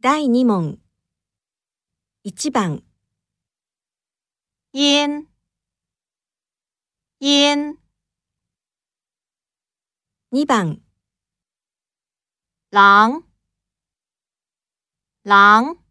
第2問。1番、烟，烟， 2番、狼，狼。